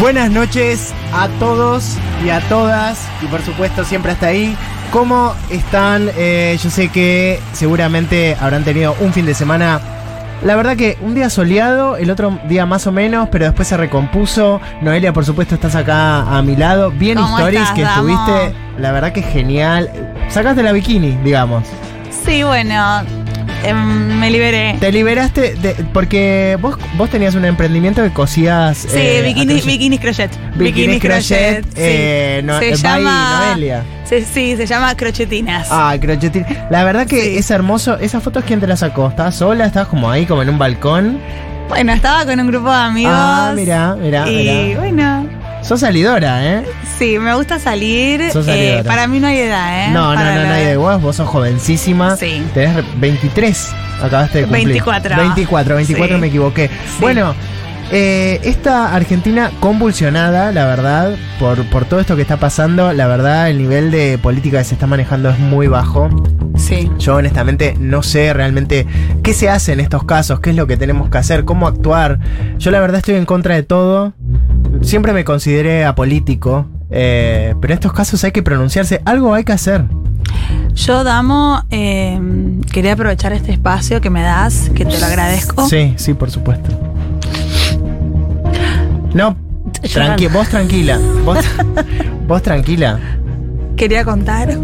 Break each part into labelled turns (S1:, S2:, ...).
S1: Buenas noches a todos y a todas, y por supuesto siempre hasta ahí. ¿Cómo están? Eh, yo sé que seguramente habrán tenido un fin de semana. La verdad que un día soleado, el otro día más o menos, pero después se recompuso. Noelia, por supuesto, estás acá a mi lado. Bien
S2: ¿Cómo
S1: stories
S2: estás,
S1: que
S2: Damo?
S1: estuviste. La verdad que genial. Sacaste la bikini, digamos.
S2: Sí, bueno, em, me liberé.
S1: Te liberaste de- porque vos, vos tenías un emprendimiento que cosías.
S2: Sí,
S1: eh,
S2: bikinis,
S1: atroces.
S2: bikinis crochet.
S1: Bikinis crochet, eh, no- by Noelia.
S2: se- sí, se llama crochetinas.
S1: Ah, crochetín. La verdad que es hermoso. Esas fotos, ¿quién te las sacó? ¿Estabas sola? ¿Estabas como ahí, como en un balcón?
S2: Bueno, estaba con un grupo de amigos.
S1: Ah, mirá, mirá,
S2: Y
S1: mirá.
S2: bueno,
S1: Sos salidora, ¿eh?
S2: sí, me gusta salir.
S1: Sos
S2: eh,
S1: salidora.
S2: para mí no hay edad, ¿eh?
S1: no, no,
S2: Para
S1: no,
S2: la-
S1: nadie de vos. Vos sos jovencísima.
S2: Sí.
S1: Tenés 23. Acabaste de cumplir.
S2: 24.
S1: 24, 24
S2: Sí.
S1: me equivoqué. Bueno. eh, esta Argentina convulsionada, la verdad, por, por todo esto que está pasando, la verdad el nivel de política que se está manejando es muy bajo.
S2: Sí.
S1: Yo honestamente no sé realmente qué se hace en estos casos, qué es lo que tenemos que hacer, cómo actuar. Yo la verdad estoy en contra de todo. Siempre me consideré apolítico. eh, pero en estos casos hay que pronunciarse. Algo hay que hacer.
S2: Yo, Damo, eh, quería aprovechar este espacio que me das, que te lo agradezco.
S1: Sí, sí, por supuesto. No,
S2: Llorando.
S1: tranqui- vos tranquila. Vos, vos tranquila.
S2: Quería contar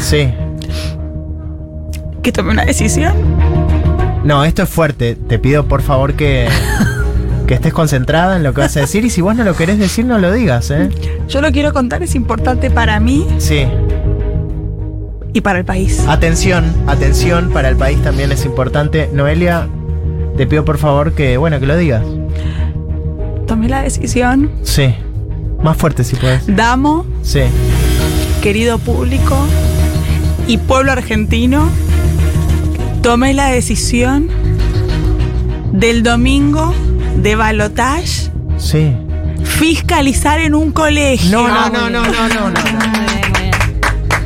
S1: Sí.
S2: que tomé una decisión.
S1: No, esto es fuerte. Te pido por favor que, que estés concentrada en lo que vas a decir. Y si vos no lo querés decir, no lo digas, ¿eh?
S2: Yo lo quiero contar, es importante para mí
S1: Sí.
S2: y para el país.
S1: Atención, atención, para el país también es importante. Noelia, te pido por favor que, bueno, que lo digas.
S2: Tomé la decisión.
S1: Sí. Más fuerte si puedes.
S2: Damo,
S1: Sí.
S2: querido público y pueblo argentino, tomé la decisión del domingo de balotage
S1: Sí.
S2: fiscalizar en un colegio.
S1: No, no, no, no, no, no, no.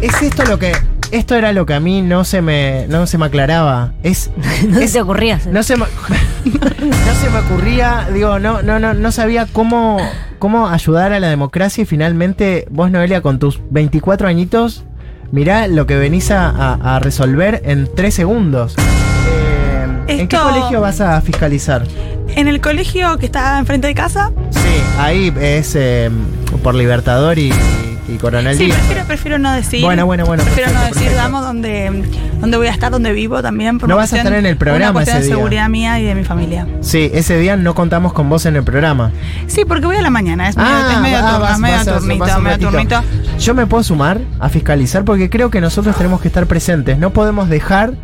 S1: Es esto lo que esto era lo que a mí no se me no se me aclaraba. Es
S3: No
S1: es-
S3: se ocurría hacer.
S1: no se me no se me ocurría, digo, no no no no sabía cómo cómo ayudar a la democracia y finalmente vos Noelia con tus 24 añitos mirá lo que venís a, a- a resolver en 3 segundos. Eh, ¿En qué
S2: Esto-
S1: colegio vas a fiscalizar?
S2: En el colegio que está enfrente de casa.
S1: Sí, ahí es eh, por Libertador y, y Coronel
S2: Sí,
S1: Díaz.
S2: prefiero, prefiero no decir.
S1: Bueno, bueno, bueno,
S2: Prefiero no
S1: perfecto,
S2: decir,
S1: perfecto.
S2: damos dónde, dónde voy a estar, dónde vivo también. por
S1: No
S2: una
S1: vas a estar en el programa
S2: Una cuestión
S1: ese
S2: de
S1: día.
S2: seguridad mía y de mi familia.
S1: Sí, ese día no contamos con vos en el programa.
S2: Sí, porque voy a la mañana. Es medio,
S1: Ah,
S2: es medio,
S1: ah,
S2: turno,
S1: vas-
S2: es medio
S1: vas a-
S2: turnito,
S1: vas un
S2: medio
S1: ratito.
S2: turnito.
S1: Yo me puedo sumar a fiscalizar porque creo que nosotros tenemos que estar presentes. No podemos dejar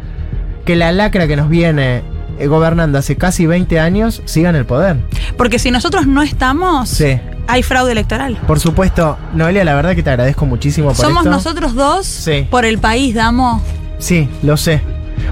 S1: que la lacra que nos viene eh, gobernando hace casi 20 años siga en el poder.
S2: Porque si nosotros no estamos,
S1: Sí.
S2: hay fraude electoral.
S1: Por supuesto, Noelia, la verdad que te agradezco muchísimo por
S2: Somos
S1: esto.
S2: nosotros dos
S1: Sí.
S2: por el país, damos.
S1: Sí, lo sé.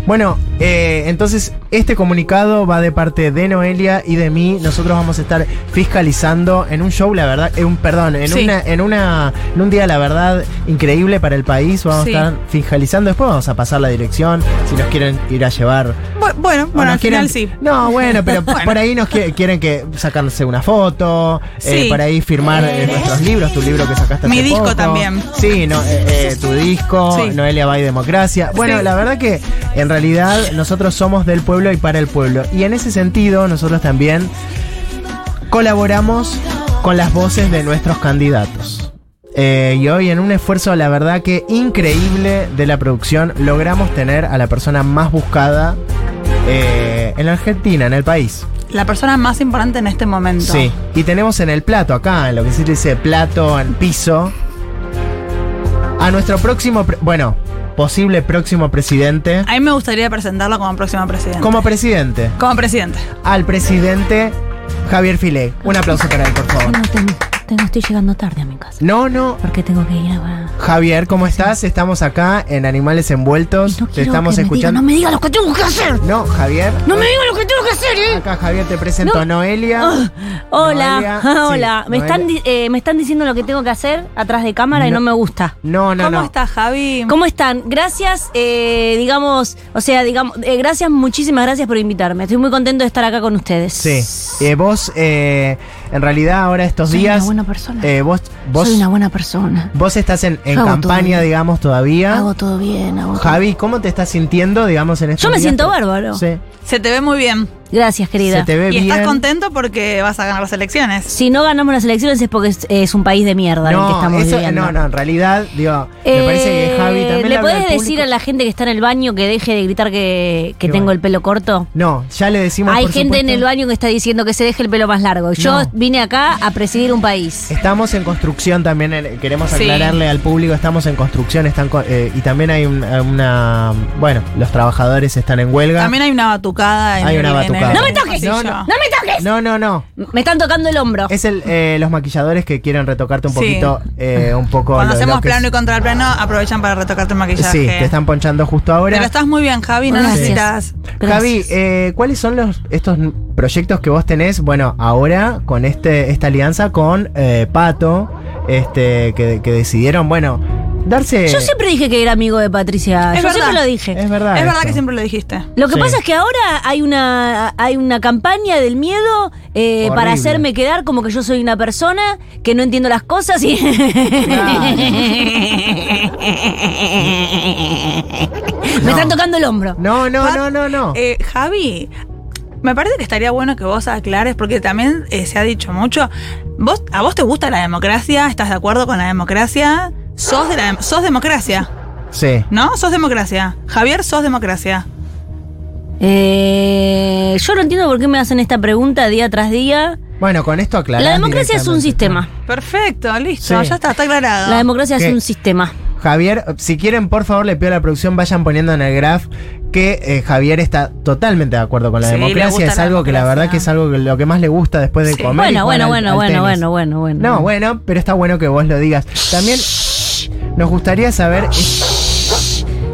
S1: Bueno, eh, entonces este comunicado va de parte de Noelia y de mí. Nosotros vamos a estar fiscalizando en un show, la verdad, en un perdón, en
S2: Sí.
S1: una, en una, en un día, la verdad, increíble para el país. Vamos
S2: Sí.
S1: a estar fiscalizando. Después vamos a pasar la dirección, si nos quieren ir a llevar.
S2: Bu- Bueno,
S1: o
S2: bueno,
S1: nos
S2: al
S1: quieren-
S2: final sí.
S1: No, bueno, pero
S2: Bueno.
S1: por ahí nos qui- quieren que sacarse una foto, eh,
S2: Sí.
S1: por ahí firmar eh, nuestros libros, tu libro que sacaste
S2: Mi
S1: hace
S2: disco
S1: poco.
S2: también.
S1: Sí, no, eh, eh, tu disco,
S2: Sí.
S1: Noelia va y Democracia. Bueno,
S2: Sí.
S1: la verdad que en realidad nosotros somos del pueblo y para el pueblo. Y en ese sentido, nosotros también colaboramos con las voces de nuestros candidatos. Eh, y hoy en un esfuerzo, la verdad que increíble de la producción, logramos tener a la persona más buscada eh, en la Argentina, en el país.
S2: La persona más importante en este momento.
S1: Sí. Y tenemos en el plato, acá, en lo que se dice plato, en piso, a nuestro próximo, pre- bueno, posible próximo presidente.
S2: A mí me gustaría presentarlo como próximo presidente.
S1: Como presidente,
S2: Como presidente.
S1: al presidente Javier Filé. Un aplauso para él, por favor.
S3: No, no, no. Tengo, estoy llegando tarde a mi casa.
S1: No, no.
S3: Porque tengo que ir a.
S1: Javier, ¿cómo estás? Estamos acá en Animales Envueltos.
S3: No
S1: te
S3: quiero
S1: estamos
S3: que me diga,
S1: escuchando.
S3: no me digas lo que tengo que hacer.
S1: No, Javier.
S3: No me digas lo que tengo que hacer, ¿eh?
S1: Acá Javier te presento a Noelia.
S3: Ah, hola,
S1: Noelia,
S3: ah,
S1: sí,
S3: hola. me,
S1: Noelia.
S3: están, di- eh, me están diciendo lo que tengo que hacer atrás de cámara y
S1: No.
S3: no me gusta.
S1: No, no,
S2: ¿Cómo
S1: no.
S2: estás, Javi?
S3: ¿Cómo están? Gracias, eh, digamos, o sea, digamos, eh, gracias, muchísimas gracias por invitarme. Estoy muy contento de estar acá con ustedes.
S1: Sí. Eh, vos, eh, en realidad, ahora estos
S3: Soy
S1: días.
S3: una buena persona.
S1: eh, vos, vos,
S3: Soy una buena persona.
S1: vos estás en, en
S3: Yo hago
S1: campaña,
S3: todo.
S1: digamos, todavía.
S3: Hago todo bien, hago todo
S1: Javi, ¿cómo te estás sintiendo, digamos, en estos
S3: Yo me
S1: días?
S3: siento bárbaro.
S1: Sí.
S2: Se te ve muy bien.
S3: Gracias,
S1: Se
S3: querida.
S1: te ve
S2: y
S1: bien.
S2: estás contento porque vas a ganar las elecciones.
S3: Si no ganamos las elecciones es porque es, es un país de mierda en el que
S1: No,
S3: estamos
S1: eso-
S3: viviendo.
S1: no, no, en realidad, digo, me parece que
S3: Eh,
S1: Javi también habla
S3: ¿Le
S1: al
S3: podés
S1: público.
S3: decir a la gente que está en el baño que deje de gritar que, que
S1: Y
S3: tengo
S1: bueno.
S3: el pelo corto?
S1: No, ya le decimos
S3: Hay
S1: por
S3: gente en
S1: supuesto,
S3: el baño que está diciendo que se deje el pelo más largo. Yo
S1: No.
S3: vine acá a presidir un país.
S1: Estamos en construcción también, eh, queremos
S2: Sí.
S1: aclararle al público, estamos en construcción, están co- eh, y también hay un- una bueno, los trabajadores están en huelga.
S2: También hay una batucada. En
S1: Hay una
S2: el- en
S1: batucada.
S2: el-
S3: ¡No me toques!
S2: en el pasillo.
S1: No,
S3: ¡No me toques!
S1: no, no, no.
S3: Me están tocando el hombro.
S1: Es el, eh, los maquilladores que quieren retocarte un
S2: Sí.
S1: poquito, eh, un poco.
S2: Cuando
S1: lo- lo
S2: hacemos
S1: que
S2: plano y
S1: es- Ah.
S2: contra el plano, aprovechan para retocarte el maquillaje.
S1: Sí, te están ponchando justo ahora.
S2: Pero estás muy bien, Javi, no
S3: Gracias.
S2: necesitas.
S3: Gracias.
S1: Javi, eh, ¿cuáles son los estos n- proyectos que vos tenés? Bueno, ahora con este esta alianza con eh, Pato, este que, que decidieron, bueno, darse.
S3: Yo siempre dije que era amigo de Patricia.
S2: Es
S3: Yo siempre
S2: verdad.
S3: lo dije.
S1: Es verdad.
S2: Es verdad
S1: esto.
S2: que siempre lo dijiste.
S3: Lo que
S1: Sí.
S3: pasa es que ahora hay una, hay una campaña del miedo eh,
S1: Horrible.
S3: para hacerme quedar como que yo soy una persona que no entiendo las cosas y... Me están tocando el hombro.
S1: No, no,
S2: Pat-
S1: no, no, no.
S2: Eh, Javi, me parece que estaría bueno que vos aclares, porque también eh, se ha dicho mucho. ¿Vos, ¿A vos te gusta la democracia? ¿Estás de acuerdo con la democracia? Sos, de la, dem- sos democracia,
S1: sí.
S2: ¿no? Sos democracia. Javier, sos democracia.
S3: Eh, yo no entiendo por qué me hacen esta pregunta día tras día.
S1: Bueno, con esto aclaramos.
S3: La democracia es un sistema.
S2: Perfecto, listo,
S1: Sí.
S2: ya está, está aclarado.
S3: La democracia
S1: ¿Qué?
S3: es un sistema.
S1: Javier, si quieren, por favor, le pido a la producción, vayan poniendo en el graph que eh, Javier está totalmente de acuerdo con la
S2: Sí, le
S1: democracia.
S2: gusta
S1: Es
S2: la
S1: algo que la
S2: democracia.
S1: verdad que es algo que lo que más le gusta después de
S2: Sí.
S1: comer. y
S3: Bueno,
S1: jugar
S3: bueno,
S1: al-
S3: bueno,
S1: al
S3: bueno,
S1: tenis.
S3: bueno, bueno, bueno.
S1: No, bueno, pero está bueno que vos lo digas. También nos gustaría saber.
S3: Ah,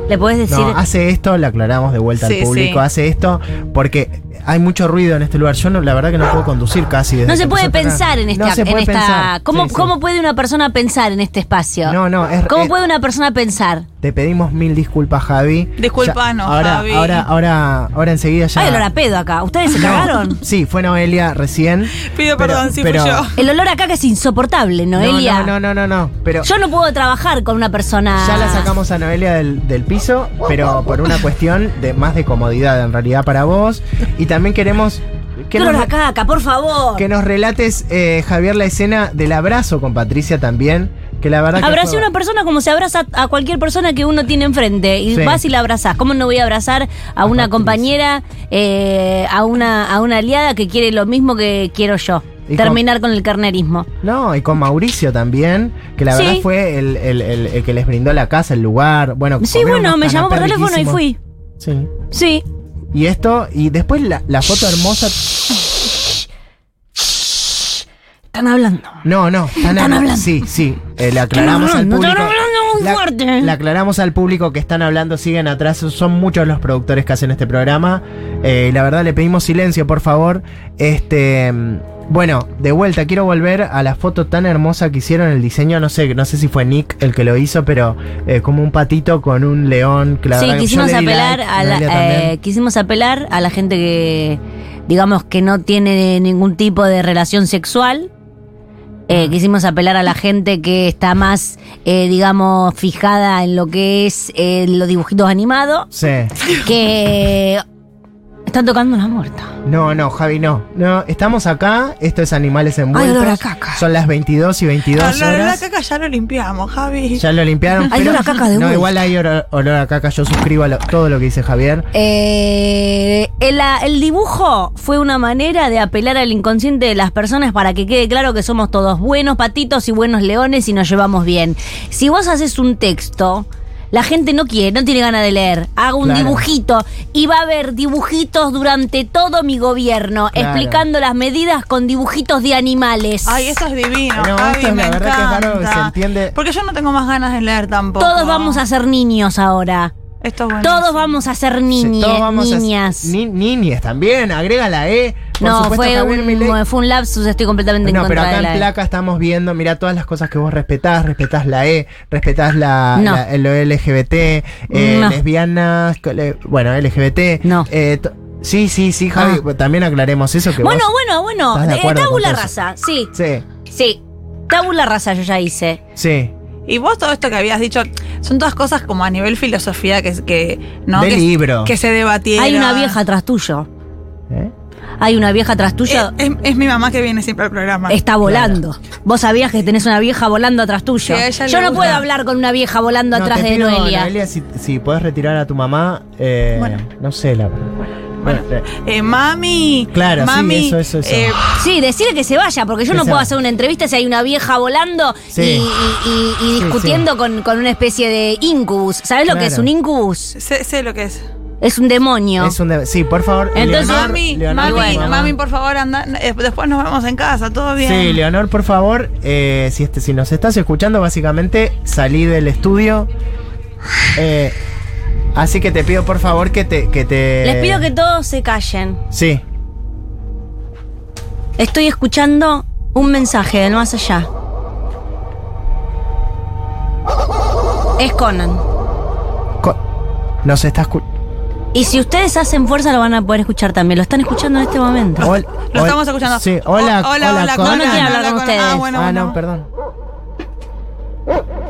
S3: Le podés decir...
S1: No, hace esto, le aclaramos de vuelta
S2: Sí,
S1: al público.
S2: sí.
S1: Hace esto porque hay mucho ruido en este lugar. Yo no, la verdad que no puedo conducir casi. desde
S3: No se
S1: que
S3: puede
S1: empezó a tocar.
S3: pensar en esta.
S1: No se
S3: en
S1: puede
S3: esta-
S1: pensar.
S3: ¿Cómo,
S1: Sí, sí.
S3: ¿Cómo puede una persona pensar en este espacio?
S1: No, eh, no, es-
S3: ¿Cómo
S1: es-
S3: puede una persona pensar?
S1: Te pedimos mil disculpas, Javi.
S2: Disculpanos,
S1: Ya- ahora,
S2: Javi.
S1: Ahora, ahora, ahora enseguida ya.
S3: Hay olor a pedo acá. ¿Ustedes se cagaron?
S1: Sí, fue Noelia recién.
S2: Pido
S1: pero-
S2: perdón si
S1: pero-
S2: fui yo.
S3: El olor acá que es insoportable, Noelia.
S1: No, no, no, no, no. Pero
S3: Yo no puedo trabajar con una persona.
S1: ya la sacamos a Noelia del, del piso, pero por una cuestión de más de comodidad en realidad para vos. Y también queremos que,
S3: ¿Qué olor
S1: nos,
S3: a caca, por favor?
S1: que nos relates, eh, Javier, la escena del abrazo con Patricia también. Que la verdad que.
S3: Abracé a
S1: fue-
S3: una persona como se abraza a cualquier persona que uno tiene enfrente y
S1: Sí.
S3: vas y la abrazás. ¿Cómo no voy a abrazar a una
S1: Patricia.
S3: compañera, eh, a, una, a una aliada que quiere lo mismo que quiero yo?
S1: Y con-
S3: Terminar con el carnerismo.
S1: No, y con Mauricio también, que la
S3: Sí.
S1: verdad fue el, el- el- el que les brindó la casa, el lugar. Bueno,
S3: Sí,
S1: comieron
S3: bueno,
S1: unos
S3: me llamó por
S1: canapés
S3: teléfono y
S1: riquísimos.
S3: fui.
S1: Sí.
S3: Sí,
S1: Y esto, y después la, la foto hermosa.
S3: están hablando.
S1: No, no, están, habla-
S3: hablando.
S1: Sí, sí. eh, le aclaramos al
S3: hablando,
S1: público.
S3: están hablando muy
S1: La-
S3: fuerte.
S1: Le aclaramos al público que están hablando, siguen atrás. Son muchos los productores que hacen este programa. Eh, la verdad, le pedimos silencio, por favor. Este. mm, Bueno, de vuelta, quiero volver a la foto tan hermosa que hicieron el diseño. No sé, no sé si fue Nick el que lo hizo, pero eh, como un patito con un león. que la
S3: sí,
S1: verdad que yo
S3: quisimos
S1: le di
S3: apelar
S1: like,
S3: a la,
S1: Noelia también.
S3: eh, quisimos apelar a la gente que digamos que no tiene ningún tipo de relación sexual. Eh,
S1: Ah.
S3: quisimos apelar a la gente que está más, eh, digamos, fijada en lo que es eh, los dibujitos animados,
S1: Sí.
S3: que están tocando una muerta.
S1: No, no, Javi, no. No, estamos acá. Esto es Animales Envueltos.
S3: olor a caca.
S1: Son las 22 y 22
S2: Ah, La, la- la
S1: horas.
S2: caca ya lo limpiamos, Javi.
S1: Ya lo limpiaron.
S3: Hay
S1: pero-
S3: olor a caca de
S1: No,
S3: vuelta.
S1: igual hay olor, olor a caca. Yo suscribo a lo- todo lo que dice Javier.
S3: Eh, el, el dibujo fue una manera de apelar al inconsciente de las personas para que quede claro que somos todos buenos patitos y buenos leones y nos llevamos bien. Si vos haces un texto La gente no quiere, no tiene ganas de leer. Hago un
S1: Claro.
S3: dibujito y va a haber dibujitos durante todo mi gobierno
S1: Claro.
S3: explicando las medidas con dibujitos de animales.
S2: Ay, eso es divino.
S1: No, esto
S2: Javi,
S1: es la
S2: me
S1: verdad que es
S2: encanta.
S1: bárbaro que se entiende.
S2: Porque yo no tengo más ganas de leer tampoco.
S3: Todos vamos a ser niños ahora.
S2: Esto es buenísimo.
S3: Todos vamos a ser
S1: Sí,
S3: niñe-
S1: todos vamos a-
S3: niñas.
S1: Ni- niñes también, agrega la E. Por
S3: no,
S1: supuesto,
S3: fue
S1: Javier Milei-
S3: un, fue un lapsus, estoy completamente en
S1: No, pero
S3: contra
S1: acá
S3: de
S1: en
S3: la E.
S1: placa estamos viendo, mira todas las cosas que vos respetás, respetás la E, respetás la,
S3: No.
S1: la- lo LGBT, eh,
S3: No.
S1: lesbianas, co- le- bueno, LGBT.
S3: No.
S1: eh, to- sí, sí, sí, Javi,
S3: Ah.
S1: también aclaremos eso que
S3: Bueno,
S1: vos-
S3: bueno, bueno.
S1: estás de
S3: Eh,
S1: acuerdo
S3: tabula
S1: con todo eso.
S3: rasa, sí,
S1: Sí,
S3: sí. Tabula rasa yo ya hice.
S1: sí.
S2: Y vos todo esto que habías dicho, son todas cosas como a nivel filosofía que, que ¿no?
S1: De
S2: que,
S1: libro.
S2: que se debatieron.
S3: Hay una vieja atrás tuyo.
S1: ¿Eh?
S3: Hay una vieja atrás tuyo.
S2: Es, es- es mi mamá que viene siempre al
S1: Eh,
S2: programa.
S3: Está volando. Vos sabías que tenés una vieja volando atrás tuyo.
S2: Sí, a ella le
S3: Yo no
S2: gusta.
S3: puedo hablar con una vieja volando
S1: No,
S3: atrás
S1: te
S3: de
S1: pido,
S3: Noelia.
S1: Noelia, si, si podés retirar a tu mamá, eh,
S2: Bueno.
S1: no sé, la...
S2: Bueno.
S1: eh,
S2: Eh, mami.
S1: Claro, sí,
S2: mami,
S1: eso, eso, eso.
S2: eh,
S3: Sí, decirle que se vaya, porque yo
S1: Que
S3: no
S1: se
S3: puedo
S1: vaya.
S3: hacer una entrevista si hay una vieja volando
S1: Sí.
S3: y, y- y- y
S1: Sí,
S3: discutiendo Con, con una especie de incubus. ¿Sabés lo que
S1: Claro.
S3: es un incubus?
S2: sé, sé lo que es.
S3: Es un demonio.
S1: eh, Es un debe- Sí, por favor.
S3: Entonces-
S1: Leonor,
S2: mami,
S1: Leonor,
S2: mami,
S1: tu mamá.
S2: mami, por favor, anda. eh, después nos vemos en casa, todo bien.
S1: Sí, Leonor, por favor, eh, si, este, si nos estás escuchando, básicamente salí del estudio. Eh, así que te pido, por favor, que te... Que te
S3: Les pido que todos se callen.
S1: Sí,
S3: Estoy escuchando un mensaje del más allá. Es Conan.
S1: co- nos está escuchando.
S3: Y si ustedes hacen fuerza lo van a poder escuchar también. Lo están escuchando en este momento.
S2: Lo estamos escuchando.
S1: Sí, hola,
S2: O- hola, hola,
S1: Conan.
S3: No, no quiero hablar con
S2: Hola,
S3: ustedes.
S2: Ah, bueno,
S1: ah,
S2: bueno.
S1: no, perdón.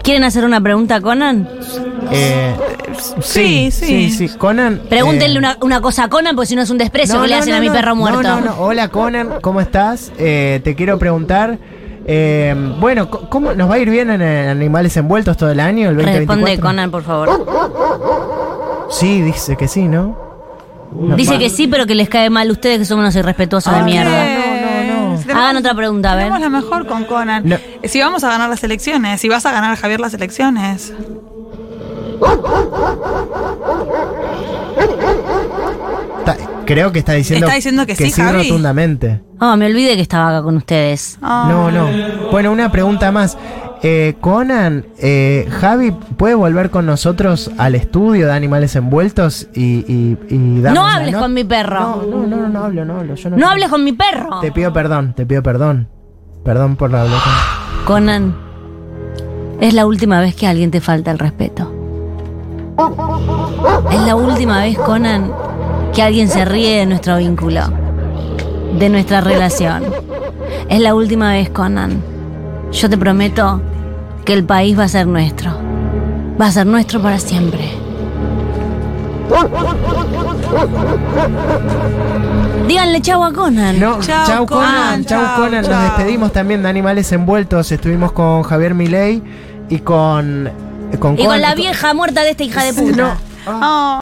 S3: ¿Quieren hacer una pregunta a Conan?
S1: Eh,
S2: Sí, sí.
S1: sí, Conan.
S3: Pregúntenle
S1: eh,
S3: una, una cosa a Conan, porque si no es un desprecio que le hacen a mi
S1: no,
S3: perro
S1: no,
S3: muerto.
S1: No, no, Hola Conan, ¿cómo estás? Eh, te quiero preguntar. eh, bueno, co- ¿cómo nos va a ir bien en eh, Animales Envueltos todo el año? El 2024?
S3: Responde Conan, por favor.
S1: Sí, dice que sí, ¿no? No,
S3: Dice
S1: va.
S3: que sí, pero que les cae mal a ustedes que son unos irrespetuosos de
S1: Ah,
S3: mierda.
S1: No, no, no.
S2: Tenemos-
S3: Hagan otra pregunta, a ver.
S2: Tenemos la mejor con Conan.
S1: No.
S2: Eh, Si vamos a ganar las elecciones, si vas a ganar Javier las elecciones.
S1: Está- creo que está diciendo,
S2: Está diciendo que sí, Javi.
S1: rotundamente.
S3: Ah, me olvidé que estaba acá con ustedes.
S2: Ah.
S1: No, no. Bueno, una pregunta más. Eh, Conan, eh, Javi, ¿puede volver con nosotros al estudio de Animales Envueltos y, y, y darnos
S3: No
S1: la
S3: hables
S1: nota?
S3: con mi perro.
S1: No, no, no, no, no hablo, no hablo. Yo no,
S3: No hables con mi perro.
S1: Te pido perdón, te pido perdón. Perdón por la bloquea.
S2: Ah,
S3: Conan, es la última vez que alguien te falta el respeto. Es la última vez, Conan, que alguien se ríe de nuestro vínculo, de nuestra relación. Es la última vez, Conan. Yo te prometo que el país va a ser nuestro. Va a ser nuestro para siempre. Díganle chau a Conan.
S1: No, chau,
S2: Chau,
S1: Conan,
S2: Conan,
S1: chau,
S2: chau,
S1: Conan. Nos
S2: chau.
S1: despedimos también de Animales Envueltos. Estuvimos con Javier Milei y con.
S3: y con
S1: Conan.
S3: la vieja muerta de esta hija de puta.
S1: No.
S2: Ah.